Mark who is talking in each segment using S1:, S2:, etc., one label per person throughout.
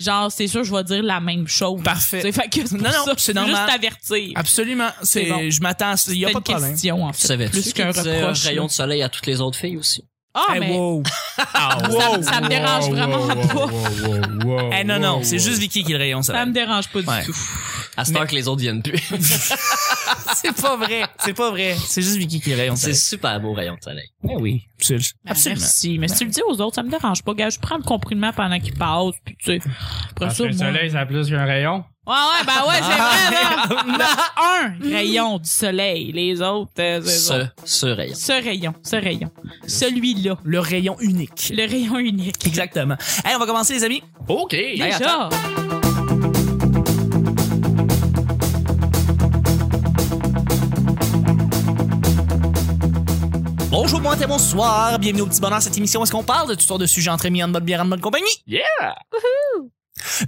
S1: genre, c'est sûr, je vais dire la même chose.
S2: Parfait.
S1: Tu sais, fait que c'est
S2: Non,
S1: pour
S2: non,
S1: ça,
S2: c'est
S1: je veux
S2: normal.
S1: juste t'avertir.
S2: Absolument. C'est,
S1: C'est bon.
S2: je m'attends, à ça. il y a
S1: C'était
S2: pas
S1: une
S2: de problème.
S1: question, en
S3: Tu
S1: fait.
S3: savais
S1: Plus qu'un reproche.
S3: rayon
S1: là.
S3: de soleil à toutes les autres filles aussi.
S1: Ah,
S2: Hey,
S1: mais
S2: wow.
S1: ça, ça me dérange vraiment pas.
S2: Eh, non, non, c'est juste Vicky qui le rayon, ça.
S1: Ça me dérange pas du
S2: Ouais.
S1: tout.
S3: À ce temps que les autres viennent plus.
S2: C'est pas vrai. C'est pas vrai. C'est juste Vicky qui le rayon,
S3: c'est super beau rayon de soleil.
S2: Eh oui. Absolument.
S1: Ben, Merci. Mais si tu le dis aux autres, ça me dérange pas. Gars, je prends le compliment pendant qu'il passe, puis tu sais. Après
S4: Parce
S1: ça,
S4: que le
S1: moi-
S4: soleil, ça a plus qu'un rayon.
S1: Ouais, ouais, ben ouais,
S2: Ah,
S1: c'est vrai, là. Un rayon du soleil. Les autres, euh, c'est ça.
S3: Ce, ce rayon.
S1: Ce rayon, ce rayon. Celui-là.
S2: Le rayon unique.
S1: Le rayon unique.
S2: Exactement. Hey, on va commencer, les amis.
S3: OK.
S1: Déjà.
S2: Bonjour, bon matin, bonsoir. Bienvenue au Petit Bonheur, cette émission où est-ce qu'on parle de toutes sortes de sujets entre amis, en bonne bière, en bonne compagnie.
S3: Yeah!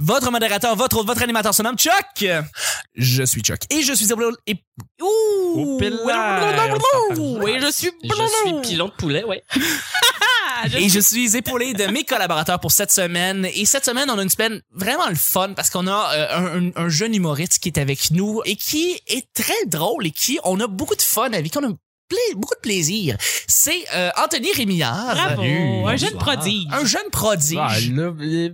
S2: Votre modérateur, votre hôte, votre animateur se nomme Chuck. Je suis Chuck. Et je suis... Et... Ouh!
S4: Au pilaire.
S1: Oui, je suis
S3: Je suis pilon de poulet, ouais.
S1: Ah, je-
S2: Et je suis épaulé de mes collaborateurs pour cette semaine. Et cette semaine, on a une semaine vraiment le fun parce qu'on a euh, un, un- un jeune humoriste qui est avec nous et qui est très drôle et qui on a beaucoup de fun avec. On a pla- beaucoup de plaisir. C'est euh, Anthony Rémillard.
S1: Bravo.
S4: Salut,
S1: Un jeune
S3: bonsoir.
S1: prodige.
S2: Un jeune prodige.
S4: Ah, là, il est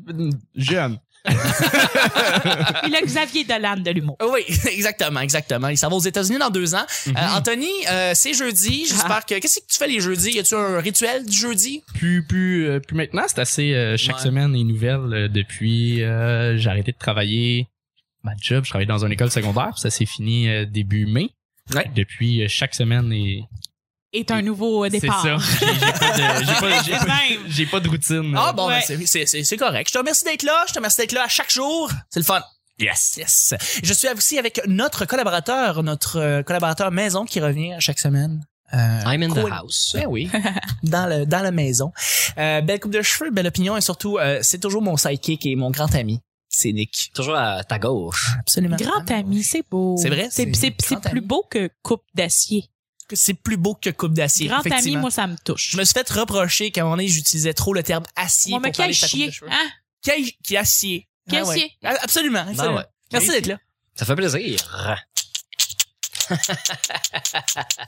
S4: jeune.
S1: Il a Xavier Dolan de l'humour.
S2: Oui, exactement, exactement. Il s'en va aux États-Unis dans deux ans. Euh, Anthony, euh, c'est jeudi. J'espère que... Qu'est-ce que tu fais les jeudis? Y a-tu un rituel du jeudi?
S4: Puis, puis, euh, puis maintenant, c'est assez. euh, chaque
S2: Ouais.
S4: semaine, les nouvelles. euh, depuis, euh, j'ai arrêté de travailler ma job. Je travaillais dans une école secondaire. Ça s'est fini euh, début mai.
S2: Ouais.
S4: Depuis, euh, chaque semaine et.
S1: Est un nouveau euh,
S4: C'est
S1: départ.
S4: ça. J'ai j'ai pas de- j'ai pas- j'ai pas-
S1: Même.
S4: J'ai pas de routine.
S2: Ah bon,
S1: Ouais.
S2: ben, c'est- c'est- c'est c'est correct. Je te remercie d'être là. Je te remercie d'être là à chaque jour. C'est le fun. Yes. Yes. Je suis aussi avec notre collaborateur, notre euh, collaborateur maison qui revient à chaque semaine. Euh,
S3: I'm in the
S2: cool.
S3: house.
S2: Ben oui, dans, le, dans la maison. Euh, belle coupe de cheveux, belle opinion et surtout, euh, c'est toujours mon sidekick et mon grand ami. C'est Nick.
S3: Toujours à ta gauche.
S2: Absolument.
S1: Grand ami, c'est beau.
S2: C'est vrai,
S1: C'est,
S2: c'est
S1: c'est, c'est
S2: grand ami.
S1: plus beau que coupe d'acier.
S2: C'est plus beau que coupe d'acier.
S1: Grand ami,
S2: effectivement.
S1: moi, ça me touche.
S2: Je me suis fait reprocher qu'à un moment donné, j'utilisais trop le terme acier
S1: Mon
S2: pour
S1: mec qui
S2: parler
S1: a
S2: de ta coupe
S1: chier.
S2: de cheveux.
S1: Hein?
S2: Qui, qui acier.
S1: Qui
S2: Ah ouais.
S1: acier.
S2: Absolument. absolument.
S3: Ben ouais.
S2: Merci d'être là.
S3: Ça fait plaisir.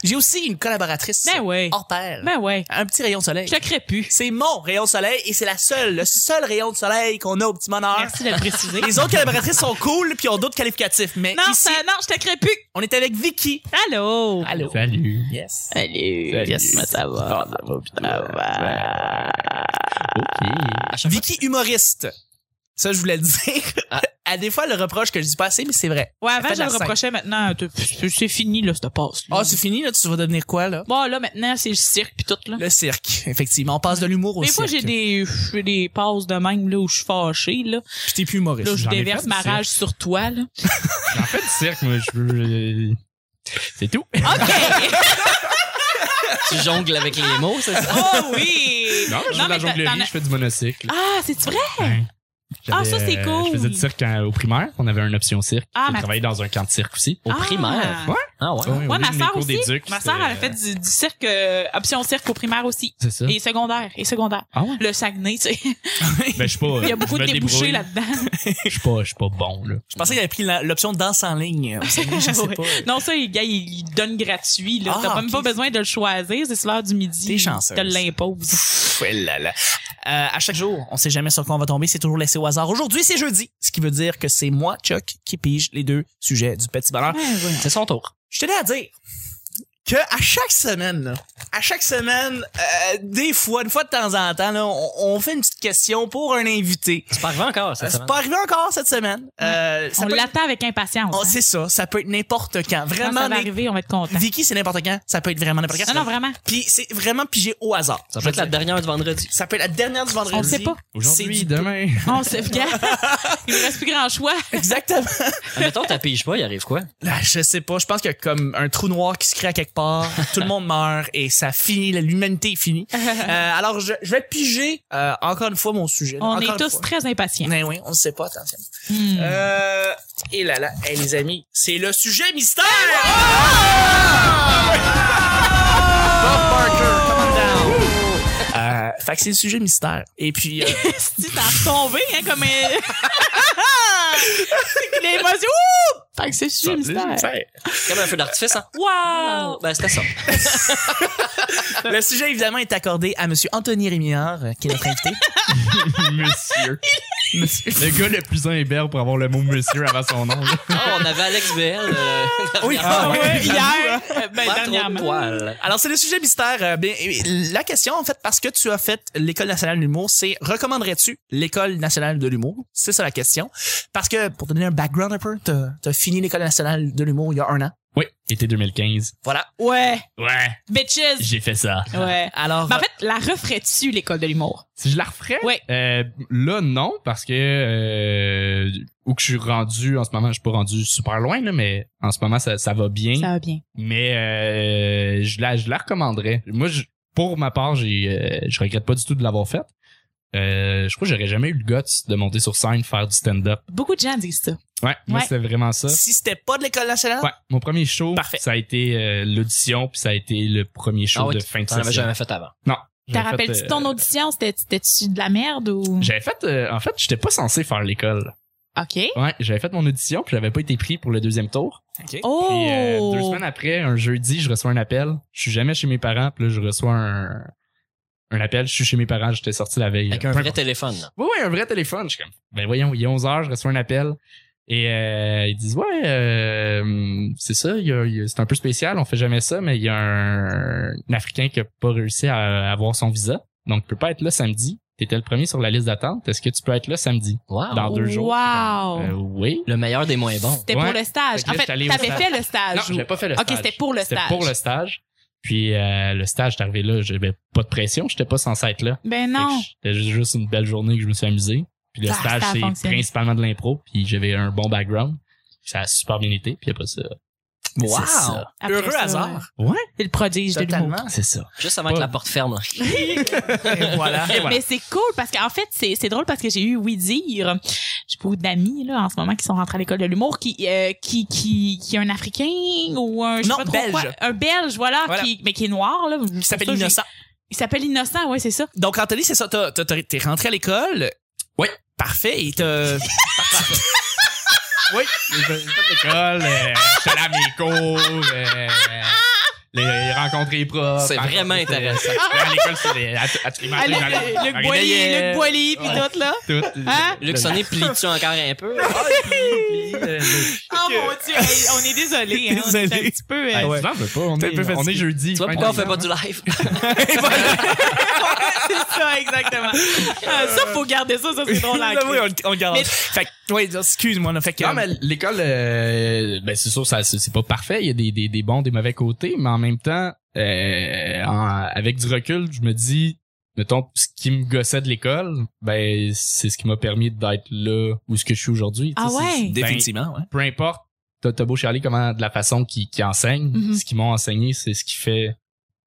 S2: J'ai aussi une collaboratrice
S1: Ben ouais.
S2: hors pair.
S1: Ben ouais.
S2: Un petit rayon de soleil.
S1: Je te crée plus.
S2: C'est mon rayon de soleil et c'est la seule, le seul rayon de soleil qu'on a au petit bonheur.
S1: Merci de le préciser.
S2: Les autres collaboratrices sont cool puis ont d'autres qualificatifs. Mais
S1: Non,
S2: ici,
S1: ça- non, je te crée plus.
S2: on est avec Vicky.
S1: Allô?
S2: Allô.
S4: Salut. Ah,
S2: Yes.
S1: Euh, Salut.
S4: Yes.
S1: Comment ça va? Ça va.
S4: OK.
S2: Vicky humoriste. Ça, je voulais le dire.
S3: Ah.
S2: À des fois, le reproche que je dis pas assez, mais c'est vrai.
S1: Ouais,
S2: Elle
S1: avant,
S2: fait de
S1: je
S2: la
S1: le reprochais. Maintenant, tu- tu- c'est fini, là, cette passe.
S2: Ah, c'est fini, là. Tu vas devenir quoi, là?
S1: Bon, là, maintenant, c'est le cirque pis tout, là.
S2: Le cirque. Effectivement. On passe de l'humour au
S1: Des
S2: cirque.
S1: fois, j'ai des, je fais des passes de même, là, où je suis fâchée, là.
S2: Je t'ai plus humoriste.
S1: Là, je
S4: J'en ai
S1: déverse
S4: fait,
S1: ma
S4: c'est-
S1: rage sur toi, là.
S4: En fait, du cirque, moi, je veux. euh, C'est tout.
S1: OK!
S3: Tu jongles avec les mots, c'est ça?
S1: oh oui!
S4: Non, je fais de la
S1: mais t'en- t'en
S4: jonglerie,
S1: as-
S4: je fais du monocycle.
S1: Ah, c'est-tu vrai?
S4: Ouais.
S1: Ah,
S4: J'avais,
S1: ça, c'est
S4: euh,
S1: cool.
S4: Je faisais du cirque en- au primaire. On avait une option cirque.
S1: Ah,
S4: J'ai
S1: ma-
S4: travaillé dans un camp de cirque aussi.
S3: Au
S1: Ah.
S3: primaire.
S4: Ouais.
S3: Ah ouais.
S4: Ouais, au
S1: Ouais,
S4: lieu
S1: ma
S4: de mes
S1: soeur
S4: cours
S1: aussi.
S4: d'éduc,
S1: ma soeur,
S4: c'était-
S1: elle a fait du, du cirque, euh, option cirque au primaire aussi.
S4: C'est ça.
S1: Et secondaire, et secondaire.
S4: Ah ouais?
S1: Le Saguenay, tu sais.
S4: Ben, je suis pas.
S1: Il y a
S4: je
S1: beaucoup
S4: me
S1: de débouchés
S4: débrouille.
S1: là-dedans.
S4: Je suis pas, je suis pas bon, là.
S2: Je pensais qu'il avait pris la- l'option danse en ligne. Je sais
S1: Ouais.
S2: pas.
S1: Non, ça, les gars, ils ils donnent gratuit, là.
S2: Ah,
S1: T'as même
S2: ok.
S1: pas besoin de le choisir. C'est sur l'heure du midi.
S2: T'es chanceuse.
S1: Te l'impose.
S2: Pff, eh là là. Euh, à chaque jour, on sait jamais sur quoi on va tomber, c'est toujours laissé au hasard. Aujourd'hui, c'est jeudi, ce qui veut dire que c'est moi, Chuck, qui pige les deux sujets du petit bonheur.
S3: C'est son tour.
S2: Je tenais à dire que à chaque semaine, là, à chaque semaine, euh, des fois, une fois de temps en temps, là, on, on fait une petite question pour un invité.
S3: C'est pas arrivé encore, ça.
S2: Ça n'est Ah, pas arrivé encore cette semaine. Euh, ça
S1: On
S2: peut être-
S1: l'attend avec impatience.
S2: Oh,
S1: hein.
S2: c'est ça, ça peut être n'importe quand.
S1: Quand ça
S2: Vraiment,
S1: va
S2: n'im-
S1: arriver, on va être content.
S2: Vicky, c'est n'importe quand. Ça peut être vraiment n'importe quand.
S1: Non, non, vraiment.
S2: Puis c'est vraiment pigé au hasard.
S3: Ça peut être la dernière du vendredi.
S2: Ça peut être la dernière du vendredi.
S1: On sait pas.
S2: C'est
S4: Aujourd'hui,
S2: du-
S4: demain.
S1: On sait pas. Il nous reste plus grand choix.
S2: Exactement.
S3: Admettons, t'as pige pas, il arrive quoi?
S2: Là, je sais pas, je pense qu'il y a comme un trou noir qui se crée à quelque part, tout le monde meurt et ça finit, l'humanité est finie. Euh, alors, je, je vais piger euh, encore une fois mon sujet.
S1: On
S2: Encore
S1: est
S2: une
S1: tous
S2: fois.
S1: très impatients.
S2: Mais oui, on ne sait pas, attention.
S1: Hmm.
S2: Euh, et là là, hey, les amis, c'est le sujet mystère!
S1: Eh
S2: Ah! Bob Barker, come on down! Euh, fait que c'est le sujet mystère. Et puis, euh,
S1: Si t'as retombé, hein, comme. euh, L'émotion. Ouh! Fait que c'est
S4: Ça,
S1: sujet mystère.
S4: c'est-
S3: Comme un feu d'artifice, hein?
S1: Wow!
S3: Ben, c'était ça.
S2: le sujet, évidemment, est accordé à Monsieur Anthony Rémillard, euh, qui est notre invité.
S4: Monsieur. Le gars le plus imberbe pour avoir le mot monsieur avant son nom. là.
S3: Ah, on avait Alex BL. euh,
S2: Oui,
S1: Ah
S2: Ah
S1: ouais,
S2: ouais,
S1: hier,
S4: hein.
S1: euh,
S3: pas
S1: ben,
S3: trop de
S1: dernièrement.
S3: poils.
S2: Alors, c'est le sujet mystère. euh, bien, euh, la question, en fait, parce que tu as fait l'École nationale de l'humour, c'est recommanderais-tu l'École nationale de l'humour? C'est ça la question. Parce que, pour te donner un background un peu, t'as as fini l'École nationale de l'humour il y a un an.
S4: Oui, été 2015.
S2: Voilà.
S1: Ouais.
S4: Ouais,
S1: Bitches.
S4: j'ai fait ça.
S1: Ouais.
S2: Alors,
S1: Ben, en fait, la referais-tu, l'école de l'humour?
S4: Si je la referais,
S1: Ouais.
S4: euh, là non, parce que euh, où que je suis rendu en ce moment, je suis pas rendu super loin, là, mais en ce moment ça, ça va bien.
S1: va bien.
S4: Mais euh, je la je la recommanderais. Moi, je, pour ma part, j'ai euh, je regrette pas du tout de l'avoir faite. Euh, je crois que j'aurais jamais eu le guts de monter sur scène faire du stand-up.
S1: Beaucoup de gens disent ça.
S4: Ouais, moi
S1: Ouais.
S4: c'était vraiment ça.
S2: euh, si c'était pas de l'École nationale,
S4: Ouais, mon premier show,
S2: Parfait.
S4: ça a été euh, l'audition, puis ça a été le premier show
S3: Ah ouais,
S4: de fin de
S3: T'en avais
S4: session.
S3: jamais fait avant.
S1: T'as
S4: J'avais fait,
S1: rappelles-tu
S4: euh,
S1: ton audition? C'était- C'était-tu de la merde ou.
S4: J'avais fait, euh, en fait, j'étais pas censé faire l'école.
S1: OK.
S4: Ouais, j'avais fait mon audition, puis j'avais pas été pris pour le deuxième tour.
S1: Oh!
S4: Puis euh, deux semaines après, un jeudi, je reçois un appel. Je suis jamais chez mes parents, puis là, je reçois un, un appel. Je suis chez mes parents, j'étais sorti la veille.
S3: Avec un
S4: Peu
S3: vrai
S4: importe.
S3: téléphone. là.
S4: Ouais, ouais, un vrai téléphone. Je suis comme, ben voyons, il est 11h, je reçois un appel. Et euh, ils disent, ouais, euh, c'est ça, il y a- il y a- c'est un peu spécial, on fait jamais ça, mais il y a un, un Africain qui a pas réussi à avoir son visa, donc il peut pas être là samedi. T'étais le premier sur la liste d'attente. Est-ce que tu peux être là samedi?
S3: Wow.
S4: Dans deux jours.
S3: Oh.
S1: Wow!
S4: Euh, oui.
S3: Le meilleur des moins bons.
S1: C'était
S4: Ouais.
S1: pour le stage.
S4: Fait que
S1: En
S4: là,
S1: fait,
S4: j'étais allé au
S1: t'avais
S4: stage.
S1: fait le stage.
S4: Non,
S1: ou-
S4: j'avais pas fait le
S1: OK,
S4: stage.
S1: c'était pour le
S4: C'était
S1: stage.
S4: pour le stage. Puis euh, le stage, j'étais arrivé là, j'avais pas de pression, j'étais pas censé être là.
S1: Ben
S4: Fait
S1: non.
S4: que C'était ju- juste une belle journée que je me suis amusé. Puis le
S1: Ah,
S4: stage,
S1: ça a
S4: c'est
S1: fonctionné.
S4: principalement de l'impro, puis j'avais un bon background. Ça a super bien été, puis après ça.
S2: Wow!
S4: C'est ça.
S1: Après
S2: Heureux
S1: ça,
S2: hasard.
S4: Ouais,
S1: euh, Le prodige de l'humour.
S2: Totalement.
S4: c'est ça.
S3: Juste avant que
S4: Ouais.
S3: la porte ferme.
S2: Et voilà.
S4: Et voilà.
S1: Mais c'est cool parce qu'en fait, c'est c'est drôle parce que j'ai eu oui dire. J'ai beaucoup d'amis là en ce moment qui sont rentrés à l'école de l'humour qui euh, qui qui qui est un africain ou un je sais
S2: Non,
S1: pas trop
S2: belge.
S1: quoi. un belge voilà,
S2: Voilà.
S1: qui mais qui est noir là.
S2: Qui s'appelle
S1: Ça, j'ai-
S2: Innocent.
S1: Il s'appelle innocent, ouais, c'est ça.
S2: Donc, Anthony, c'est ça, t'as- t'as- t'as- t'es rentré à l'école.
S4: Oui.
S2: Parfait. Et t'as-
S4: Oui, j'ai fait j'ai fait l'école, euh, j'étais allé à mes cours, euh, les rencontrer les profs.
S3: C'est
S4: rencontrer-
S3: vraiment intéressant.
S4: À l'école, c'est des- à, à tous les matins,
S1: Luc
S4: j'allais-
S1: Luc
S4: j'allais
S1: Boilly,
S4: d'ailleurs,
S1: Luc Boilly puis
S4: Ah, Ouais.
S1: d'autres là.
S4: tout.
S1: Hein?
S3: Luc Sonné, plie-tu encore un peu?
S4: Ah,
S1: Oh mon dieu, hey, on est désolé, hein, on est un
S2: Désolé.
S1: petit peu euh,
S4: Hey,
S2: Ouais.
S4: tu t'en veux pas, Ben, on
S2: T'es un peu
S4: est, on
S2: fatigué.
S4: est jeudi.
S3: Tu vois pourquoi on fait pas du live?
S2: Et voilà.
S1: c'est ça exactement. Ah, ça faut garder ça, ça c'est drôle. en
S2: oui, on, le- on le garde.
S1: Mais-
S2: Fait que, oui, excuse-moi, là, fait que.
S4: Non, mais l'école, euh, ben c'est sûr, ça, c'est c'est pas parfait. Il y a des, des, des bons, des mauvais côtés, mais en même temps, euh, en- avec du recul, je me dis, mettons, ce qui me gossait de l'école, ben c'est ce qui m'a permis d'être là où ce que je suis aujourd'hui. Tu
S1: Ah
S4: sais, c'est-
S1: ouais?
S2: Définitivement, ouais.
S4: ben, peu importe, t'as t'as beau chialer comment de la façon qu'ils qu'ils enseignent,
S1: Mhm.
S4: ce qu'ils m'ont enseigné, c'est ce qui fait,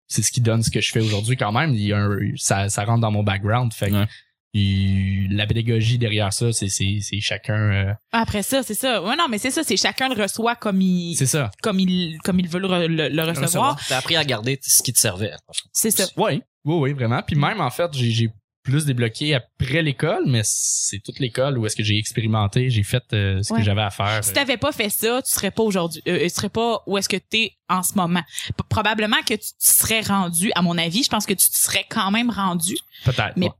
S4: c'est ce qui donne ce que je fais aujourd'hui quand même. Il y a un- ça, ça rentre dans mon background, fait. que
S2: Ouais.
S4: il- la pédagogie derrière ça, c'est c'est- c'est chacun. euh,
S1: Après ça, c'est ça. Ouais, non, mais c'est ça, c'est chacun le reçoit comme il,
S4: c'est ça.
S1: comme il, comme il veut le, re- le- le recevoir.
S3: T'as appris à garder ce qui te servait.
S1: C'est ça. Mm.
S4: Oui, oui, oui, vraiment. Puis même, en fait, j'ai- j'ai plus débloqué après l'école, mais c'est toute l'école où est-ce que j'ai expérimenté, j'ai fait euh, ce
S1: Ouais.
S4: que j'avais à faire.
S1: Si t'avais pas fait ça, tu serais pas aujourd'hui, euh, tu serais pas où est-ce que t'es en ce moment. P- probablement que tu te serais rendu, à mon avis, je pense que tu te serais quand même rendu,
S4: Peut-être.
S1: Mais-
S4: ouais.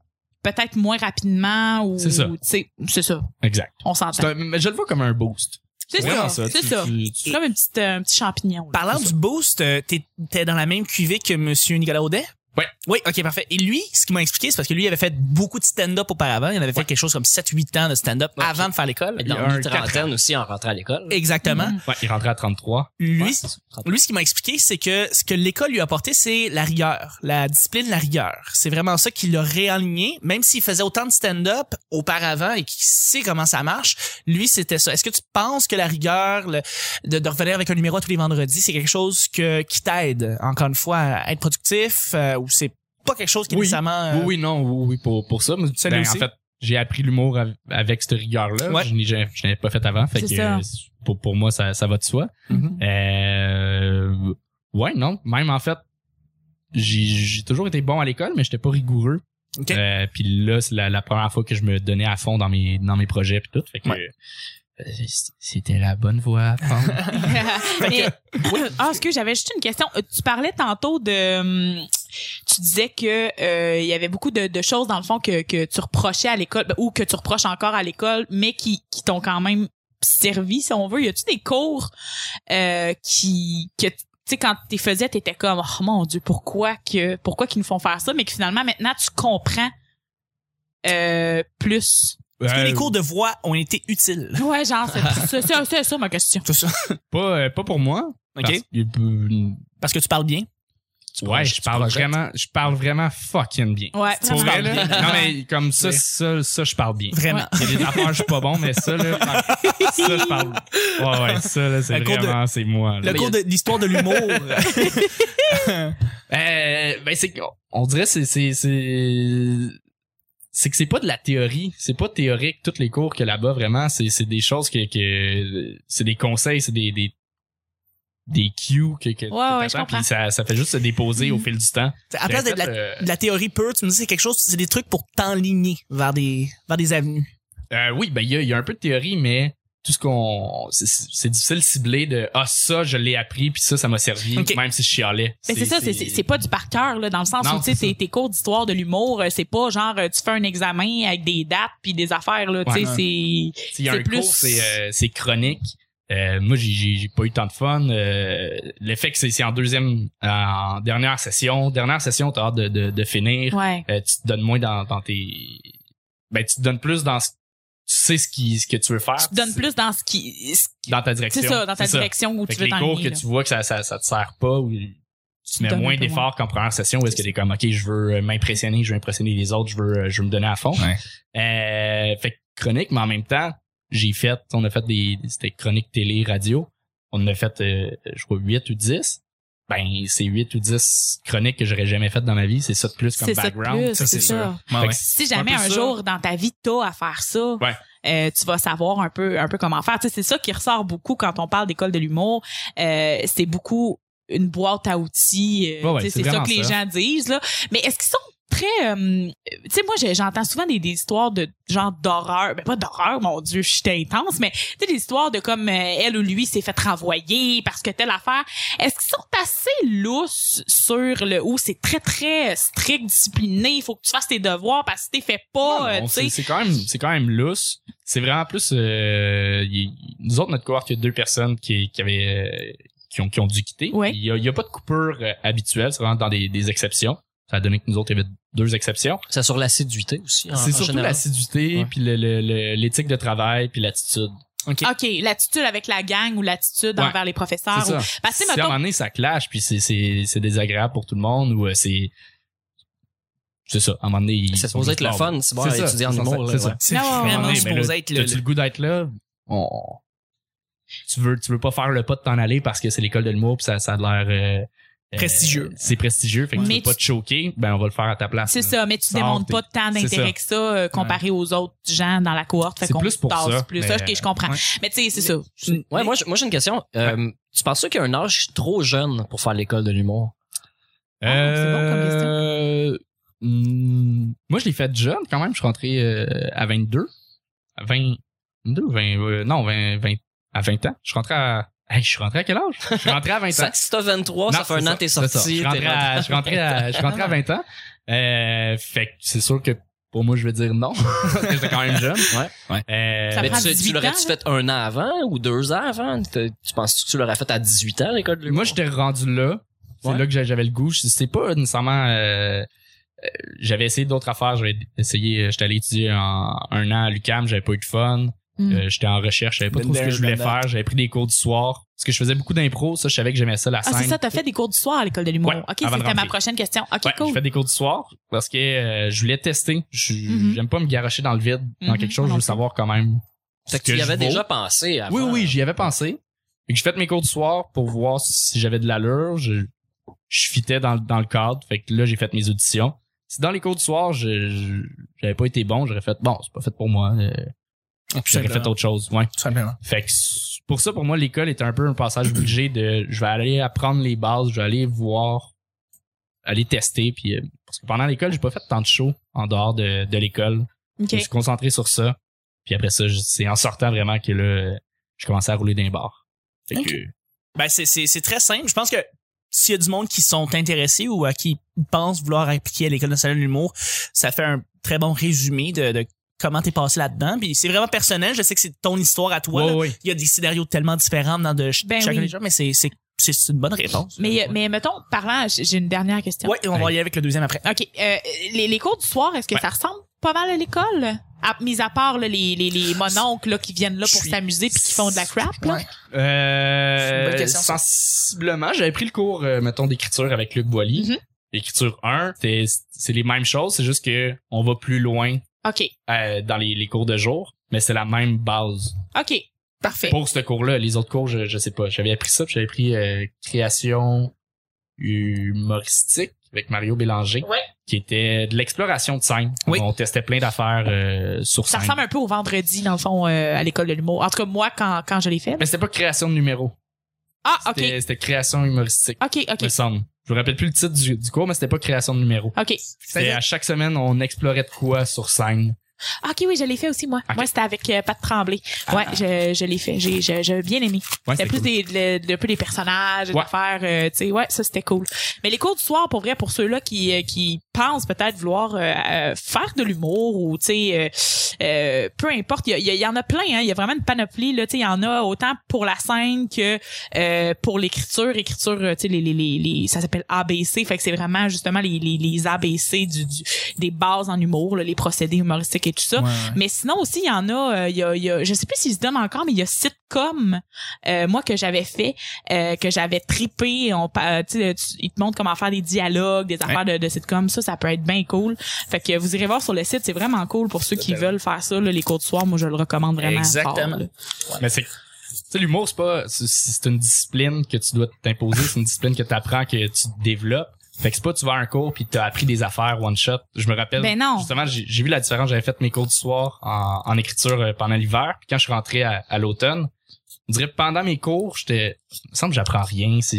S1: peut-être moins rapidement ou,
S4: C'est ça.
S1: tu sais, c'est ça.
S4: Exact.
S1: On
S4: C'est
S1: s'entend.
S4: un- mais je le vois comme un
S1: Ah.
S4: boost.
S1: C'est ça.
S4: Vraiment
S1: C'est
S4: Tu-
S1: ça.
S4: tu-
S1: C'est
S4: tu-
S1: comme un petit, euh, un petit champignon. là.
S2: Parlant
S4: C'est
S2: du boost, euh, t'es- t'es dans la même cuvée que Monsieur Nicolas Audet?
S4: Ouais.
S2: Oui, ok, parfait. Et lui, ce qu'il m'a expliqué, c'est parce que lui avait fait beaucoup de stand-up auparavant. Il avait fait quelque chose comme 7-8 ans de stand-up
S3: Ok.
S2: avant de faire l'école.
S3: Mais
S4: Il y a
S3: dans
S4: un
S3: une trentaine aussi en rentrant à l'école.
S2: Exactement.
S1: Mhm.
S4: Ouais, il rentrait à 33.
S2: Lui,
S3: Ouais, c'est ça, trente-
S2: Lui, ce qu'il m'a expliqué, c'est que ce que l'école lui a apporté, c'est la rigueur, la discipline, la rigueur. C'est vraiment ça qui l'a réaligné, même s'il faisait autant de stand-up auparavant et qu'il sait comment ça marche. Lui, c'était ça. Est-ce que tu penses que la rigueur, le- de, de revenir avec un numéro tous les vendredis, c'est quelque chose que, qui t'aide, encore une fois, à être productif euh, ou c'est pas quelque chose qui est
S4: Oui.
S2: nécessairement... euh,
S4: Oui, oui, non, oui, oui, pour, pour ça. mais-
S2: Celui
S4: ben,
S2: aussi.
S4: En fait, j'ai appris l'humour av- avec cette rigueur-là.
S2: Ouais.
S4: Je n'ai jamais- je n'avais pas fait avant. Fait
S1: C'est
S4: que,
S1: ça.
S4: euh, pour, pour moi, ça, ça va de soi.
S2: Mhm.
S4: Euh, ouais, non. Même en fait, j'ai j'ai toujours été bon à l'école, mais j'étais pas rigoureux.
S2: Ok.
S4: Euh, puis là, c'est la, la première fois que je me donnais à fond dans mes, dans mes projets puis tout. Fait que, euh, c- c'était la bonne voie.
S1: Mais- ah, excuse, j'avais juste une question. Euh, Tu parlais tantôt de... hum, Tu disais que euh, il y avait beaucoup de, de choses, dans le fond, que, que tu reprochais à l'école ben, ou que tu reproches encore à l'école, mais qui, qui t'ont quand même servi, si on veut. Y a-tu des cours euh, qui... que tu sais, quand tu les faisais, t'étais comme, oh mon Dieu, pourquoi que pourquoi qu'ils nous font faire ça, mais que finalement, maintenant, tu comprends euh, plus.
S2: Est-ce
S4: Euh,
S2: que les cours de voix ont été utiles?
S1: Ouais, genre, c'est- c'est c'est- c'est ça ma question.
S2: C'est ça.
S4: pas, euh, pas pour moi.
S2: OK?
S4: Parce que, euh,
S2: Parce que tu parles bien. Tu
S4: ouais,
S2: projettes,
S4: je
S2: tu
S4: parle
S2: projettes.
S4: vraiment, je parle vraiment fucking bien.
S1: Ouais,
S4: Pour
S1: vraiment.
S4: vrai, là, non mais comme ça,
S2: Ouais.
S4: ça, ça, je parle bien.
S2: Vraiment.
S4: Il y a des affaires, je suis pas bon, mais ça, là, par- ça, je parle. Ouais, ouais, ça, là, c'est
S2: Le cours de-
S4: vraiment, c'est moi. là.
S2: Le cours de l'histoire de l'humour.
S4: Euh, ben, c'est, on dirait, c'est, c'est, c'est, c'est que c'est pas de la théorie. C'est pas théorique, tous les cours que là-bas, vraiment. C'est, c'est des choses que, que, c'est des conseils, c'est des, des, des cues que, que, que
S1: ouais, je
S4: t'apprends,
S1: comprends.
S4: puis ça, ça fait juste se déposer au fil du temps.
S2: Mm. à place
S4: J'ai
S2: de la,
S4: fait, euh,
S2: de la théorie pure, tu me dis c'est quelque chose, c'est des trucs pour t'enligner vers des, vers des avenues.
S4: Euh, oui, ben il y a, il y a un peu de théorie, mais tout ce qu'on, c'est- c'est c'est difficile de cibler de ah ça je l'ai appris puis ça ça m'a servi
S2: Ok.
S4: même si je chialais.
S1: Mais Ben, c'est ça, c'est- c'est c'est pas du par cœur, là, dans le sens
S4: Non,
S1: où, tu sais,
S4: c'est
S1: tes- tes cours d'histoire de l'humour, euh, c'est pas genre, euh, tu fais un examen avec des dates puis des affaires, là, tu sais,
S4: Ouais.
S1: c'est...
S4: S'il y a
S1: c'est
S4: un
S1: plus-
S4: cours, c'est euh, c'est chronique. Euh, moi, j'ai- j'ai j'ai pas eu tant de fun. Euh, L'effet que c'est c'est en deuxième, en dernière session. Dernière session, t'as hâte de, de, de finir.
S1: Ouais.
S4: Euh, tu te donnes moins dans, dans tes. Ben, tu te donnes plus dans. ce- Tu sais ce, qui, ce que tu veux faire.
S1: Tu te donnes plus dans ce qui... ce-
S4: Dans ta direction.
S1: C'est ça, dans ta
S4: C'est
S1: direction où
S4: Fait
S1: tu
S4: que
S1: veux
S4: les cours que
S1: t'enligner. là.
S4: tu vois que ça, ça, ça te sert pas ou tu mets
S1: donnes un
S4: moins
S1: peu moins.
S4: d'efforts qu'en première session où est-ce que t'es comme, OK, je veux euh, m'impressionner, je veux impressionner les autres, je veux, euh, je veux me donner à fond.
S2: Ouais.
S4: Euh, fait que chronique, mais en même temps, j'ai fait, on a fait des, c'était chronique télé, radio. On en a fait, euh, je crois, 8 ou 10. Ben, c'est 8 ou 10 chroniques que j'aurais jamais faites dans ma vie. C'est ça de plus comme
S1: C'est ça de
S4: background.
S1: plus, c'est ça.
S4: Fait que
S1: Si jamais
S4: Un peu
S1: un
S4: ça.
S1: jour dans ta vie t'as à faire ça,
S4: Ouais.
S1: euh, tu vas savoir un peu un peu comment faire. Tu sais, c'est ça qui ressort beaucoup quand on parle d'école de l'humour. Euh, c'est beaucoup une boîte à outils. euh,
S4: Ouais, ouais,
S1: tu sais,
S4: c'est
S1: c'est ça
S4: vraiment
S1: que les gens disent là. Mais est-ce qu'ils sont très euh, tu sais moi j'ai- j'entends souvent des, des histoires de genre d'horreur mais pas d'horreur mon dieu je suis intense mais tu sais des histoires de comme euh, elle ou lui s'est fait renvoyer parce que telle affaire est-ce qu'ils sont assez lousses sur le où c'est très très euh, strict discipliné il faut que tu fasses tes devoirs parce que si t'es fait pas euh,
S4: Non,
S1: tu sais
S4: c'est c'est quand même c'est quand même lousse c'est vraiment plus euh, y- nous autres notre cohorte il y a deux personnes qui, qui avaient euh, qui ont qui ont dû quitter
S1: Ouais.
S4: il y a, il y a pas de coupure euh, habituelle c'est vraiment dans des, des exceptions ça a donné que nous autres il y avait deux exceptions
S3: Ça sur l'assiduité aussi. en- en
S4: c'est surtout
S3: général.
S4: l'assiduité
S3: Ouais.
S4: puis le- le- le- l'éthique de travail puis l'attitude
S1: OK, l'attitude avec la gang ou l'attitude
S4: Ouais.
S1: envers les professeurs.
S4: c'est ça
S1: ou- Parce que,
S4: si à un
S1: Ah, mettons,
S4: moment donné ça clash puis c'est c'est c'est désagréable pour tout le monde ou euh, c'est c'est ça à un moment donné ils
S3: C'est
S4: sont
S3: supposé
S4: juste
S3: être le
S4: morts.
S3: fun, c'est bon,
S4: Ah, C'est ça,
S3: étudier en
S4: c'est
S3: humour.
S4: ça,
S3: là,
S4: c'est
S3: ouais.
S4: ça.
S2: C'est
S1: Non,
S2: vraiment
S1: non,
S4: mais là,
S2: supposé être le-
S4: T'as-tu le goût d'être là? On- Tu veux, tu veux pas faire le pas de t'en aller parce que c'est l'école de l'humour pis ça, ça a l'air... euh, euh,
S2: Prestigieux.
S4: c'est prestigieux, fait que
S1: Mais
S4: tu veux pas
S1: tu-
S4: te choquer, ben on va le faire à ta place.
S1: c'est
S4: là.
S1: ça, mais tu
S4: Sors,
S1: démontres
S4: t'es-
S1: pas tant
S4: c'est
S1: d'intérêt
S4: ça.
S1: que ça euh, comparé aux autres gens dans la cohorte. Fait
S4: C'est
S1: qu'on
S4: plus pour
S1: tasse
S4: ça,
S1: plus.
S4: mais-
S1: OK, je comprends.
S2: ouais.
S1: Mais tu sais, c'est ça.
S3: Ouais, moi, j'ai- moi j'ai une question. Euh, tu penses qu'il y a un âge trop jeune pour faire l'école de l'humour?
S1: Ah, c'est bon comme question.
S4: Euh, hmm, moi, je l'ai fait jeune quand même. Je suis rentré euh, à 22. À 22 20, euh, non, 20, 20, à 20 ans. Je suis rentré à... Hey, je suis rentré à quel âge? Je suis rentré à 20 ans.
S3: Ça, si t'as 23,
S4: Non,
S3: ça fait un
S4: c'est
S3: an que t'es
S4: c'est ça.
S3: sorti.
S4: Je
S3: t'es
S4: rentrais
S3: rentré-
S4: à, je rentrais à, je rentrais à 20 ans. Euh, fait que c'est sûr que pour moi, je vais dire non. parce que j'étais quand même jeune.
S3: Ouais.
S4: Euh,
S1: Ça
S3: Mais
S1: prend
S3: tu, tu
S1: 18
S3: l'aurais-tu
S1: ans,
S3: fait un an avant ou deux ans avant? T'as- Tu penses que tu l'aurais fait à 18 ans, l'école de l'humour?
S4: moi, j'étais rendu là. C'est
S3: Ouais.
S4: là que j'a- j'avais le goût. Je- C'est pas nécessairement... euh, euh, j'avais essayé d'autres affaires. J'avais essayé... euh, J'étais allé étudier en, un an à l'UCAM. J'avais pas eu de fun.
S1: Mm.
S4: Euh, j'étais en recherche. Je savais pas
S2: Been
S4: trop ce que
S2: there,
S4: je voulais
S2: done that.
S4: faire. J'avais pris des cours du soir. Parce que je faisais beaucoup d'impro. Ça, je savais que j'aimais ça, la
S1: Ah, c'est
S4: scène.
S1: ça, t'as fait des cours du soir à l'école de l'humour.
S4: Ouais,
S1: OK,
S4: avant de
S1: c'était ma
S4: rentrer.
S1: prochaine question. OK,
S4: Ouais,
S1: cool.
S4: Je fais des cours du soir parce que euh, je voulais tester. Je- J'aime
S1: Mhm.
S4: pas me garocher dans le vide, dans
S1: Mhm,
S4: quelque chose. Je
S1: non
S4: veux
S1: plus.
S4: savoir quand même.
S3: Fait
S4: ce
S3: que tu y
S4: je
S3: avais
S4: vaux.
S3: déjà pensé avant.
S4: Oui, oui, j'y avais pensé. Fait que j'ai fait mes cours du soir pour voir si j'avais de l'allure. Je, je fitais dans, le- dans le cadre. Fait que là, j'ai fait mes auditions. Si dans les cours du soir, je- je- j'avais pas été bon, j'aurais fait bon, c'est pas fait pour moi. euh, j'aurais fait autre chose. Ouais.
S2: Tout simplement.
S4: Fait que c- pour ça, pour moi, l'école est un peu un passage obligé de je vais aller apprendre les bases, je vais aller voir aller tester. Puis, euh, parce que pendant l'école, j'ai pas fait tant de shows en dehors de, de l'école. Je me
S1: OK.
S4: suis concentré sur ça. Puis après ça, je- c'est en sortant vraiment que là, euh, je commençais à rouler d'un bar. Fait que,
S2: Ok. Ben, c'est, c'est, c'est très simple. Je pense que s'il y a du monde qui sont intéressés ou à qui pensent vouloir appliquer à l'école nationale de l'humour, ça fait un très bon résumé de, de comment t'es passé là-dedans. Puis c'est vraiment personnel. Je sais que c'est ton histoire à toi.
S4: Ouais,
S2: là.
S4: ouais.
S2: Il y a des scénarios tellement différents dans de ch-
S1: Ben
S2: chacun
S1: oui.
S2: des gens, mais c'est, c'est, c'est, c'est une bonne réponse.
S1: Mais, euh, mais mettons, parlant, j'ai j'ai une dernière question.
S2: Ouais, on va y aller avec le deuxième après.
S1: OK. euh, les, les cours du soir, est-ce que
S4: Ouais.
S1: ça ressemble pas mal à l'école? À, mis à part là, les, les, les mononcles là, qui viennent là
S2: Je
S1: pour
S2: suis-
S1: s'amuser puis qui font de la crap. Là.
S2: Ouais. C'est une
S4: Euh,
S2: bonne question, ça.
S4: sensiblement, j'avais pris le cours, euh, mettons, d'écriture avec Luc Boilly.
S1: Mhm.
S4: Écriture 1, c'est c'est les mêmes choses, c'est juste que on va plus loin
S1: OK.
S4: euh, dans les, les cours de jour, mais c'est la même base.
S1: OK. Parfait.
S4: Pour ce cours-là, les autres cours, je, je sais pas. J'avais appris ça, puis j'avais pris euh, création humoristique avec Mario Bélanger,
S1: Ouais.
S4: qui était de l'exploration de scène.
S2: Oui.
S4: On testait plein d'affaires euh, sur
S1: Ça
S4: scène.
S1: ressemble un peu au vendredi, dans le fond, euh, à l'école de l'humour. En tout cas, moi, quand, quand je l'ai fait.
S4: Mais c'était pas création de numéro.
S1: Ah, OK.
S4: C'était c'était création humoristique,
S1: OK, OK.
S4: me semble. Je me rappelle plus le titre du, du cours, mais c'était pas création de numéro.
S1: OK.
S4: C'était à chaque semaine, on explorait de quoi sur scène.
S1: Ah, OK, oui, je l'ai fait aussi, moi.
S4: OK. Ah.
S1: Moi, c'était avec euh, Pat Tremblay. Ouais, je, je l'ai fait. J'ai, je- j'ai bien aimé.
S4: Ouais,
S1: c'était
S4: c'était
S1: plus des, le- le- un peu des personnages, des
S4: Ouais.
S1: affaires, euh, tu sais, ouais, ça, c'était cool. Mais les cours du soir, pour vrai, pour ceux-là qui, euh, qui pensent peut-être vouloir euh, euh, faire de l'humour ou, tu sais, euh, euh, peu importe, il y a- il y, a- il y en a plein, hein. Il y a vraiment une panoplie, là, tu sais, il y en a autant pour la scène que euh, pour l'écriture. Écriture, euh, tu sais, les, les, les, les- ça s'appelle ABC, fait que c'est vraiment, justement, les, les, les ABC du, du- des bases en humour, là, les procédés humoristiques et tout ça. Mais sinon aussi, il y en a, euh, il y a, il y a- je sais plus s'ils se donnent encore, mais il y a sitcom, euh, moi, que j'avais fait, euh, que j'avais trippé. On, pa- euh, tu sais, tu- ils te montrent comment faire des dialogues, des affaires de, de sitcom. Ça, ça peut être bien cool. Fait que vous irez voir sur le site, c'est vraiment cool pour ceux qui veulent faire ça, là, les cours de soir. Moi, je le recommande vraiment.
S2: Exactement.
S1: fort, là.
S4: Mais c'est. Tu sais, l'humour, c'est pas. c'est- C'est une discipline que tu dois t'imposer, c'est une discipline que tu apprends, que tu développes. Fait que c'est pas tu vas à un cours puis t'as appris des affaires one shot. Je me rappelle.
S1: Ben non.
S4: Justement, j'ai j'ai vu la différence. J'avais fait mes cours du soir en, en écriture euh, pendant l'hiver. Puis quand je suis rentré à, à l'automne, je dirais que pendant mes cours, j'étais. Il me semble que j'apprends rien. C'est.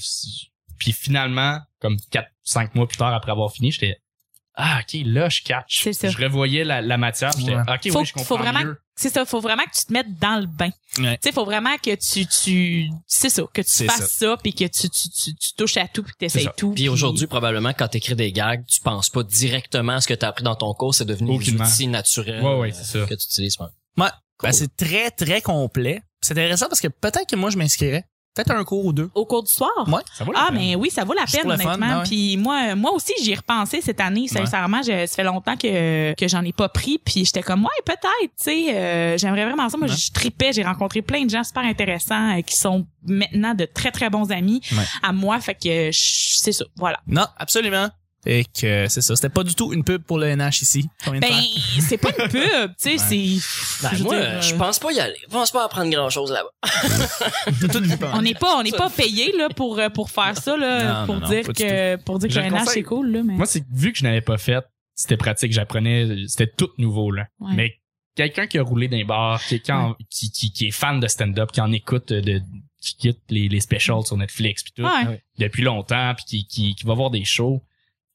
S4: c'est- Puis finalement, comme quatre, cinq mois plus tard après avoir fini, j'étais. Ah, ok, là, je catch.
S1: C'est ça.
S4: Je revoyais la, la matière. puis J'étais.
S2: Ouais.
S4: Ok,
S1: Faut-
S4: oui, je comprends
S1: faut vraiment
S4: mieux.
S1: C'est ça, faut vraiment que tu te mettes dans le bain.
S2: Ouais.
S1: Tu sais, faut vraiment que tu, tu, c'est ça, que tu
S2: C'est
S1: fasses ça, puis que tu, tu, tu, tu touches à tout, puis que
S4: C'est
S1: t'essayes
S4: ça.
S1: tout.
S3: Puis aujourd'hui, probablement, quand t'écris des gags, tu penses pas directement à ce que t'as appris dans ton cours, c'est devenu un
S4: Aucunement.
S3: outil naturel
S4: Ouais, ouais, c'est ça.
S3: euh, que tu utilises. ouais.
S2: Ben, c'est très, très complet. C'est intéressant parce que peut-être que moi, je m'inscrirais. Peut-être un cours ou deux.
S1: au cours du soir.
S4: Ça vaut la
S1: Ah
S4: peine.
S1: mais oui, ça vaut la
S2: Juste
S1: peine
S2: pour le fun,
S1: honnêtement.
S2: ouais.
S1: Puis moi moi aussi j'y ai repensé cette année sincèrement, je, ça fait longtemps que que j'en ai pas pris puis j'étais comme ouais peut-être, tu sais euh, j'aimerais vraiment ça moi
S2: Ouais.
S1: je tripais, j'ai rencontré plein de gens super intéressants euh, qui sont maintenant de très très bons amis
S2: Ouais.
S1: à moi fait que je- c'est ça, voilà.
S2: Non, absolument. Et que euh, c'est ça. C'était pas du tout une pub pour le NH ici. qu'on vient de
S1: Ben
S2: faire.
S1: c'est pas une pub, tu sais c'est
S3: Ben,
S1: je veux
S3: moi,
S1: dire,
S3: je
S1: euh,
S3: pense pas y aller. Je pense pas apprendre grand-chose là-bas.
S4: Mm-hmm.
S2: Tout du pain.
S1: on n'est pas on n'est pas payé là pour euh, pour faire ça là
S2: Non,
S1: pour,
S2: non, non,
S1: dire
S2: pas du
S1: que, pour dire que
S4: Je
S1: j'ai un âge,
S4: conseille.
S1: c'est cool là mais
S4: Moi, c'est que vu que je n'avais pas fait, c'était pratique. J'apprenais, c'était tout nouveau, là.
S1: Ouais.
S4: Mais quelqu'un qui a roulé d'un bar, quelqu'un qui, qui, qui est fan de stand-up, qui en écoute euh, de, qui quitte les, les specials sur Netflix puis tout,
S1: Ouais.
S4: depuis longtemps, puis qui, qui, qui va voir des shows,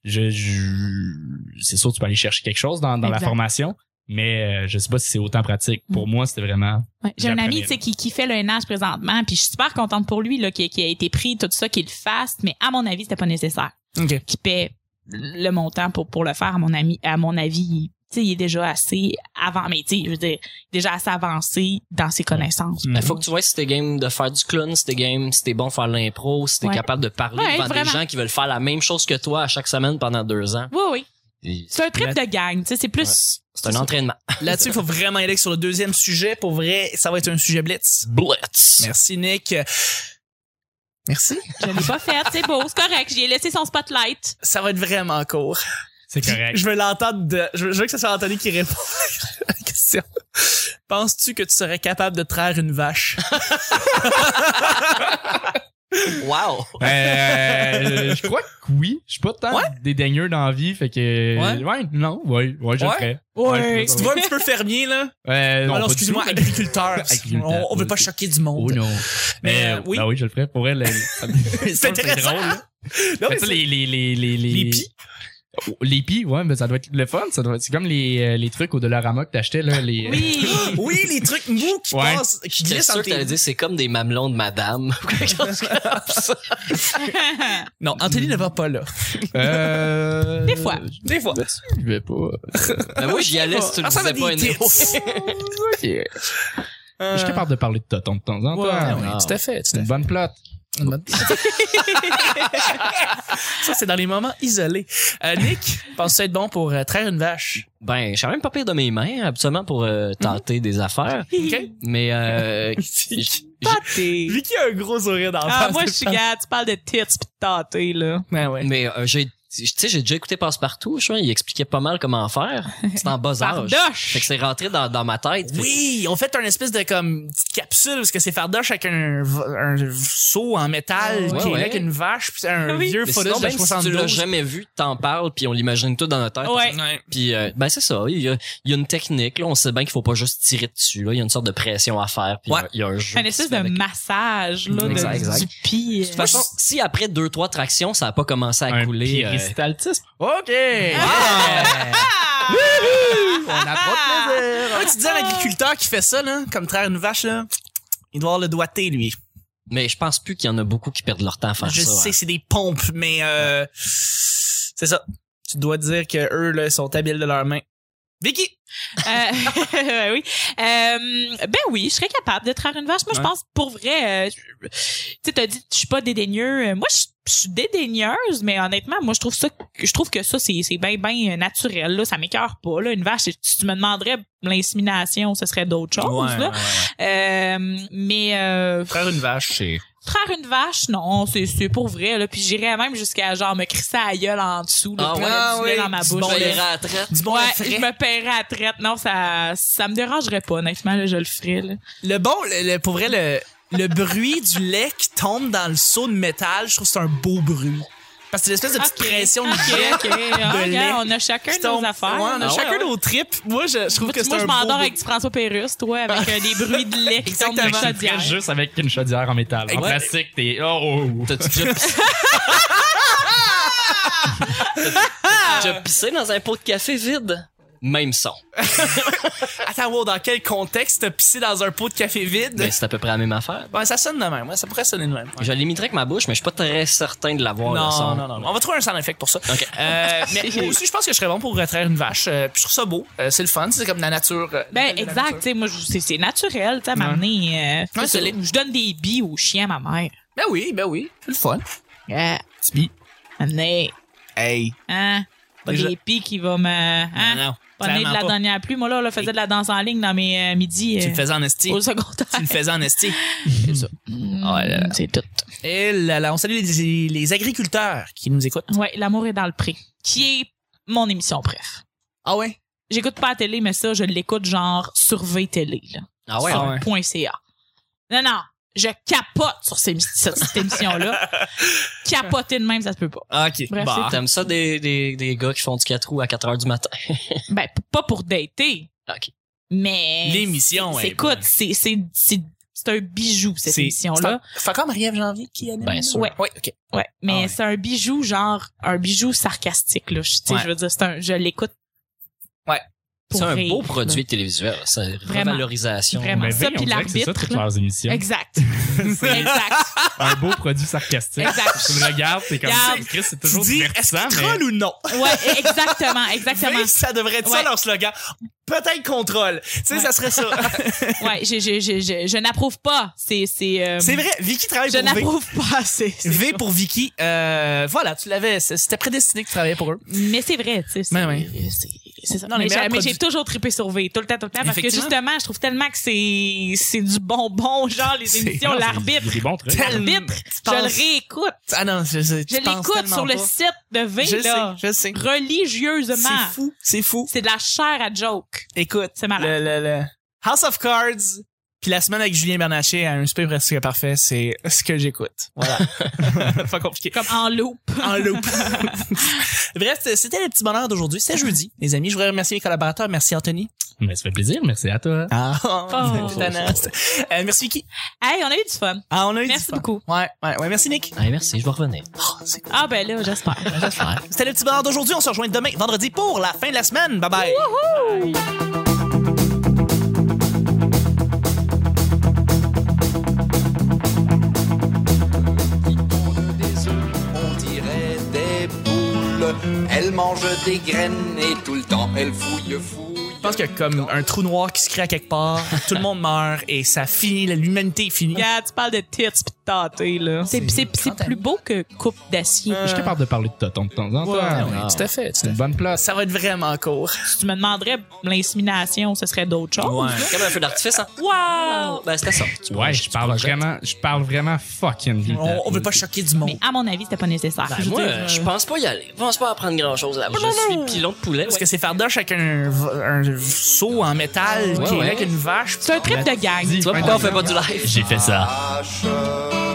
S4: je, je- c'est sûr, tu peux aller chercher quelque chose dans, dans la
S1: Exact. Mm.
S4: formation, mais euh, je sais pas si c'est autant pratique. Pour moi, c'était vraiment,
S1: Ouais, j'ai un
S4: J'apprenais,
S1: ami tu sais,
S4: là.
S1: qui, qui fait le NH présentement, puis je suis super contente pour lui là, qui, qui a été pris, tout ça, qu'il le fasse, mais à mon avis, c'était pas nécessaire.
S2: OK.
S1: Qu'il paie le montant pour, pour le faire, à mon, ami, à mon avis, tu sais, il est déjà assez avant, mais tu sais, je veux dire, déjà assez avancé dans ses
S2: Mm.
S1: connaissances.
S3: Il faut que tu vois si t'es game de faire du clown, si t'es game, si t'es bon de faire de l'impro, si t'es
S1: Ouais.
S3: capable de parler
S1: Ouais,
S3: devant
S1: vraiment.
S3: des gens qui veulent faire la même chose que toi à chaque semaine pendant deux ans.
S1: Oui, oui.
S3: Et
S1: C'est un trip de gang, tu sais, c'est plus...
S3: C'est un entraînement.
S2: Là-dessus, il faut vraiment aller sur le deuxième sujet. Pour vrai, ça va être un sujet blitz.
S3: Blitz.
S2: Merci, Nick. Merci.
S1: Je l'ai pas fait, c'est beau, c'est correct, j'ai laissé son spotlight.
S2: Ça va être vraiment court.
S4: c'est correct.
S2: Je veux l'entendre de... Je veux, je veux que ce soit Anthony qui répond à la question. Penses-tu que tu serais capable de traire une vache? Wow!
S4: Euh, je crois que oui. Je suis pas tant
S2: Ouais.
S4: dédaigneux dans la vie, fait que.
S2: Ouais.
S4: non, ouais, ouais, je le
S2: Ouais.
S4: ferais.
S1: Ouais.
S4: Ouais, je
S2: Tu
S4: le
S2: vois un
S4: ferais.
S2: petit peu fermier, là?
S4: Euh, non,
S2: Alors,
S4: pas du
S2: excuse-moi,
S4: tout.
S2: agriculteur.
S4: Agriculteur.
S2: on, on veut pas choquer du monde.
S4: Oh non. Mais
S2: Mais,
S4: euh,
S2: oui.
S4: oui. oui, je le ferais. Pour elle,
S2: c'est intéressant. Non, mais c'est-
S4: ça, hein. les, les, les, les,
S2: Les pis.
S4: Oh, Les pis, ouais, mais ça doit être le fun. Ça doit être, c'est comme les, euh, les trucs au Dollarama que t'achetais, là. Les,
S1: Oui.
S2: Oui, les trucs mous qui
S4: Ouais.
S2: passent, qui
S3: J'étais
S2: glissent
S3: sûr
S2: entre
S3: que t'allais
S2: tes...
S3: dire c'est comme des mamelons de madame.
S2: Non, Anthony ne va pas là.
S4: Euh,
S1: Des fois.
S2: Des fois.
S4: Je vais pas.
S3: Mais Ben, moi, j'y allais si tu le
S2: Ah, ça
S3: disais
S2: va
S3: pas
S2: des
S3: une
S2: tits.
S4: Ok. Je suis
S2: Euh,
S4: capable de parler de tonton de temps en temps.
S2: ouais, ouais,
S3: non.
S2: Ah, tout à fait. tout
S4: C'est
S2: à
S4: une bonne plate.
S2: fait. Ça, c'est dans les moments isolés. Euh, Nick, penses être bon pour euh, traire une vache?
S3: Ben, je suis même pas pire de mes mains, absolument, pour euh, tenter des affaires.
S2: OK?
S3: Mais euh, j- j-
S1: Tâté.
S2: Vicky a un gros sourire dans la
S1: Ah,
S2: face.
S1: moi, je suis gars, tu parles de tits pis de tâté, là.
S2: Ouais, ouais.
S3: mais euh, j'ai tu sais j'ai déjà écouté Passepartout, je crois, il expliquait pas mal comment faire. C'est en bas
S2: Ah,
S3: âge. Fait que
S1: Pardoche.
S3: c'est rentré dans, dans ma tête. Fait que
S2: Oui, on fait un espèce de comme petite capsule parce que c'est fardoche avec un, v- un v- seau en métal
S3: Ouais,
S2: qui est là
S3: ouais.
S2: avec une vache puis c'est un
S1: Oui.
S2: vieux
S3: Mais
S2: photo
S3: sinon,
S2: de
S3: même si tu l'as
S2: 72.
S3: jamais vu, t'en parles, puis on l'imagine tout dans notre tête.
S1: Ouais.
S3: Puis euh, ben c'est ça, il y, a, il y a une technique. Là, on sait bien qu'il faut pas juste tirer dessus. Là, il y a une sorte de pression à faire. Puis
S2: Ouais.
S3: il y a un jeu.
S1: Un
S3: qui
S1: espèce
S3: se fait
S1: de
S3: avec-
S1: massage, là,
S3: Exact,
S1: de,
S3: exact.
S1: du euh, pire.
S3: De toute façon, si après deux trois tractions, ça a pas commencé à
S4: Un
S3: couler. euh,
S4: péristaltisme.
S2: OK.
S1: Ah!
S2: Ouais, tu dis à l'agriculteur qui fait ça là, comme traire une vache là, il doit avoir le doigté lui.
S3: mais je pense plus qu'il y en a beaucoup qui perdent leur temps à faire
S2: je
S3: ça.
S2: sais
S3: hein.
S2: c'est des pompes mais euh, c'est ça. Tu dois dire que eux là sont habiles de leurs mains. Vicky,
S1: Euh, oui. Euh, ben oui, je serais capable de traire une vache. Moi, je
S2: Ouais.
S1: pense, pour vrai, euh, je- tu sais, t'as dit, je suis pas dédaigneux. Euh, Moi, je je suis dédaigneuse, mais honnêtement, moi, je trouve ça, je trouve que ça, c'est, c'est bien, bien euh, naturel, là. Ça m'écœure pas, là. Une vache, si tu me demanderais l'insémination, ce serait d'autres choses, là. Euh, mais, euh,
S2: traire une vache, c'est
S1: traire une vache, non, c'est, c'est pour vrai, là. Puis j'irais même jusqu'à, genre, me crisser à la gueule en dessous, là,
S3: Ah
S1: pour
S3: ouais,
S1: mettre du lait
S2: oui,
S1: dans ma
S2: du
S1: bouche.
S2: bon
S3: On
S1: là.
S2: lait.
S3: ira à la traite.
S2: du bon
S1: ouais,
S2: lait frais.
S1: je me paierais à la traite. Non, ça, ça me dérangerait pas, honnêtement, là, je le ferais, là.
S2: Le bon, le, le- pour vrai, le, le bruit du lait qui tombe dans le seau de métal, je trouve que c'est un beau bruit. Parce que c'est l'espèce de petite
S1: Ok.
S2: pression
S1: Ok,
S2: de jet
S1: ok. Ah,
S2: de
S1: regarde,
S2: lait
S1: on a chacun
S2: qui
S1: nos
S2: tombe.
S1: affaires.
S2: Ouais, on a
S1: Ah,
S2: chacun
S1: ouais, ouais.
S2: nos tripes. Moi, je, je trouve que c'est
S1: Moi,
S2: un
S1: je
S2: beau
S1: m'endors
S2: bruit.
S1: avec du François Pérusse, toi, avec euh, des bruits de lait qui sont de
S2: Exactement.
S1: chaudière.
S4: Juste avec une chaudière en métal. En
S2: Ouais.
S4: plastique, t'es. Oh! oh.
S3: T'as-tu déjà pissé? T'as-tu déjà pissé dans un pot de café vide? Même son.
S2: Attends, wow, dans quel contexte t'as pissé dans un pot de café vide?
S3: Mais Ben, c'est à peu près la même affaire.
S2: Ouais, ça sonne de même. Ouais, ça pourrait sonner de même. Ouais.
S3: Je l'imiterai avec ma bouche, mais je suis pas très certain de l'avoir, le
S2: Non,
S3: son.
S2: non, non, non. On va trouver un sound effect pour ça.
S3: OK.
S2: Euh, mais moi aussi, je pense que je serais bon pour retraire une vache. Euh, puis je trouve ça beau. Euh, c'est le fun. C'est comme la nature. euh,
S1: Ben,
S2: de la
S1: exact,
S2: nature.
S1: tu sais, moi, je- c'est, c'est naturel, tu sais, à
S2: Ouais.
S1: m'amener.
S2: Ouais, c'est laid.
S1: je donne des billes aux chiens à ma mère. Euh,
S2: Ben oui, ben oui. C'est le fun.
S1: Yeah.
S4: Petit bi.
S1: Amener,
S2: Hey.
S1: hein. Pas
S2: Déjà-
S1: des billes qui vont me. Hein?
S2: Non, non.
S1: pas né de
S2: clairement
S1: la
S2: pas.
S1: dernière pluie. Moi, là, là, faisais de la danse en ligne dans mes euh, midis
S2: Tu
S1: euh,
S2: le faisais en esti.
S1: au secondaire.
S2: Tu le faisais en esti.
S1: Ouais,
S2: là, là.
S1: C'est tout.
S2: Et là, là, on salue les, les agriculteurs qui nous écoutent.
S1: Ouais, L'amour est dans le pré, qui est mon émission, bref.
S2: Ah ouais?
S1: J'écoute pas la télé, mais ça, je l'écoute genre surveille télé, là.
S3: Ah ouais?
S1: sur
S2: ouais.
S1: point .ca. Non, non, je capote sur ces- cette, cette émission-là. Capoter de même, ça se peut pas.
S2: ok.
S1: Bref,
S2: Bah.
S3: T'aimes ça des, des, des gars qui font du 4 roues à 4 heures du matin?
S1: Ben, p- pas pour dater,
S3: OK.
S1: mais...
S2: Eh, L'émission,
S1: c'est-
S2: ouais.
S1: Écoute, c'est- c'est c'est- c'est un bijou, cette
S2: C'est-
S1: émission-là. Ben,
S2: C'est encore Marie-Ève Janvier qui anime?
S3: Bien sûr.
S1: Ouais.
S2: Oui, ok.
S1: Ouais, mais
S2: Ah ouais.
S1: c'est un bijou genre un bijou sarcastique là. Je, tu sais,
S2: Ouais.
S1: je veux dire, c'est un, je l'écoute.
S2: Ouais.
S1: pour
S3: C'est un
S1: rire,
S3: beau
S1: là.
S3: produit télévisuel. C'est
S1: Vraiment.
S3: revalorisation.
S1: Vraiment.
S4: Ben,
S1: Ça,
S4: ben,
S1: puis
S4: on dirait que C'est ça,
S1: l'arbitre,
S4: toutes
S1: là.
S4: leurs émissions.
S1: Exact,
S4: C'est
S1: exact,
S4: un beau produit sarcastique.
S1: exact.
S4: Tu le regardes, t'es comme.
S1: Regarde.
S4: Chris, c'est
S2: Tu
S4: toujours
S2: dis, est-ce
S4: divertissant,
S2: qu'ils
S4: mais.
S2: trollent ou non?
S1: Ouais, exactement, exactement.
S2: Mais ça devrait être ça
S1: Ouais.
S2: leur slogan. Peut-être qu'on troll. Tu sais,
S1: Ouais.
S2: ça serait ça.
S1: Ouais, je, je, je, je, je n'approuve pas. C'est, c'est. euh,
S2: c'est vrai, Vicky travaille
S1: Je
S2: pour V.
S1: n'approuve pas. C'est. c'est-
S2: V pour Vicky. Euh, voilà, tu l'avais. c'est- C'était prédestiné que tu travaillais pour eux.
S1: Mais c'est vrai, tu sais. c'est-
S2: Ben ouais.
S1: c'est- C'est ça.
S2: Non, les
S1: mais j'ai,
S2: meilleurs
S1: mais j'ai
S2: produits-
S1: toujours trippé sur V, tout le temps, tout le temps, parce que
S2: Effectivement.
S1: justement, je trouve tellement que c'est, c'est du bonbon, genre les
S2: C'est-
S1: émissions,
S4: Non, c'est-
S1: l'arbitre.
S4: il y a des bons trucs.
S2: Tellement-
S1: L'arbitre, je
S2: penses-
S1: le réécoute.
S2: Ah non, je, je, tu
S1: Je
S2: penses
S1: l'écoute
S2: tellement
S1: sur le
S2: pas.
S1: site de V,
S2: Je
S1: là.
S2: sais, je sais.
S1: Religieusement.
S2: C'est fou, c'est fou.
S1: C'est de la chair à joke.
S2: Écoute,
S1: C'est malade.
S2: le, le, le House of Cards Puis la semaine avec Julien Bernaché à un super presque parfait, c'est ce que j'écoute. Voilà. Pas compliqué.
S1: Comme en loop.
S2: en loop. Bref, c'était le petit bonheur d'aujourd'hui. C'était jeudi, les amis. Je voudrais remercier mes collaborateurs. Merci Anthony.
S4: Mais ça fait plaisir, merci à toi.
S2: Ah,
S1: Oh.
S2: c'est tannant. Euh, merci Vicky.
S1: Hey, on a eu du fun.
S2: Ah, on a eu du
S1: Merci
S2: fun.
S1: beaucoup.
S2: Ouais, ouais, ouais. Merci Nick.
S3: Allez, merci, je vais revenir.
S2: Oh, c'est cool.
S1: Ah ben là, j'espère.
S3: J'espère.
S2: C'était le petit bonheur d'aujourd'hui. On se rejoint demain, vendredi, pour la fin de la semaine. Bye bye.
S5: des œufs, on dirait des boules. Elle mange des graines et tout le temps elle fouille, fouille.
S2: Je pense qu'il y a comme un trou noir qui se crée à quelque part. Tout le monde meurt et ça finit. L'humanité est finie.
S1: Regarde, tu parles de tits pis de tâté, là. Euh. C'est c'est- c'est plus beau que coupe d'acier.
S4: Je suis capable de parler de tonton de temps en temps.
S2: ouais, tout à fait. tout à
S4: C'est une
S2: fait.
S4: bonne place.
S2: Ça va être vraiment court.
S1: Si tu me demanderais l'insémination, ce serait d'autres choses.
S3: Comme un feu d'artifice, hein?
S1: Wow!
S3: Ben, c'était ça. Tu
S4: Ouais, je parle
S3: projettes.
S4: vraiment, je parle vraiment fucking vite.
S2: On, on veut pas choquer du monde.
S1: Mais à mon avis, c'était pas nécessaire.
S3: Ben,
S1: Je veux
S3: moi,
S1: dire,
S3: je
S1: euh,
S3: pense pas y aller. Je pense pas apprendre grand chose. Là.
S2: non,
S3: Je
S2: non.
S3: suis pilon de poulet.
S2: Parce
S3: ouais.
S2: que c'est Fardoche avec un, un seau en métal
S3: Ah, Ouais,
S2: qui est là
S3: ouais.
S2: avec une vache.
S1: ben, C'est un trip de gang.
S3: Tu vois pourquoi on fait pas du live?
S4: J'ai fait ça.
S5: Hache.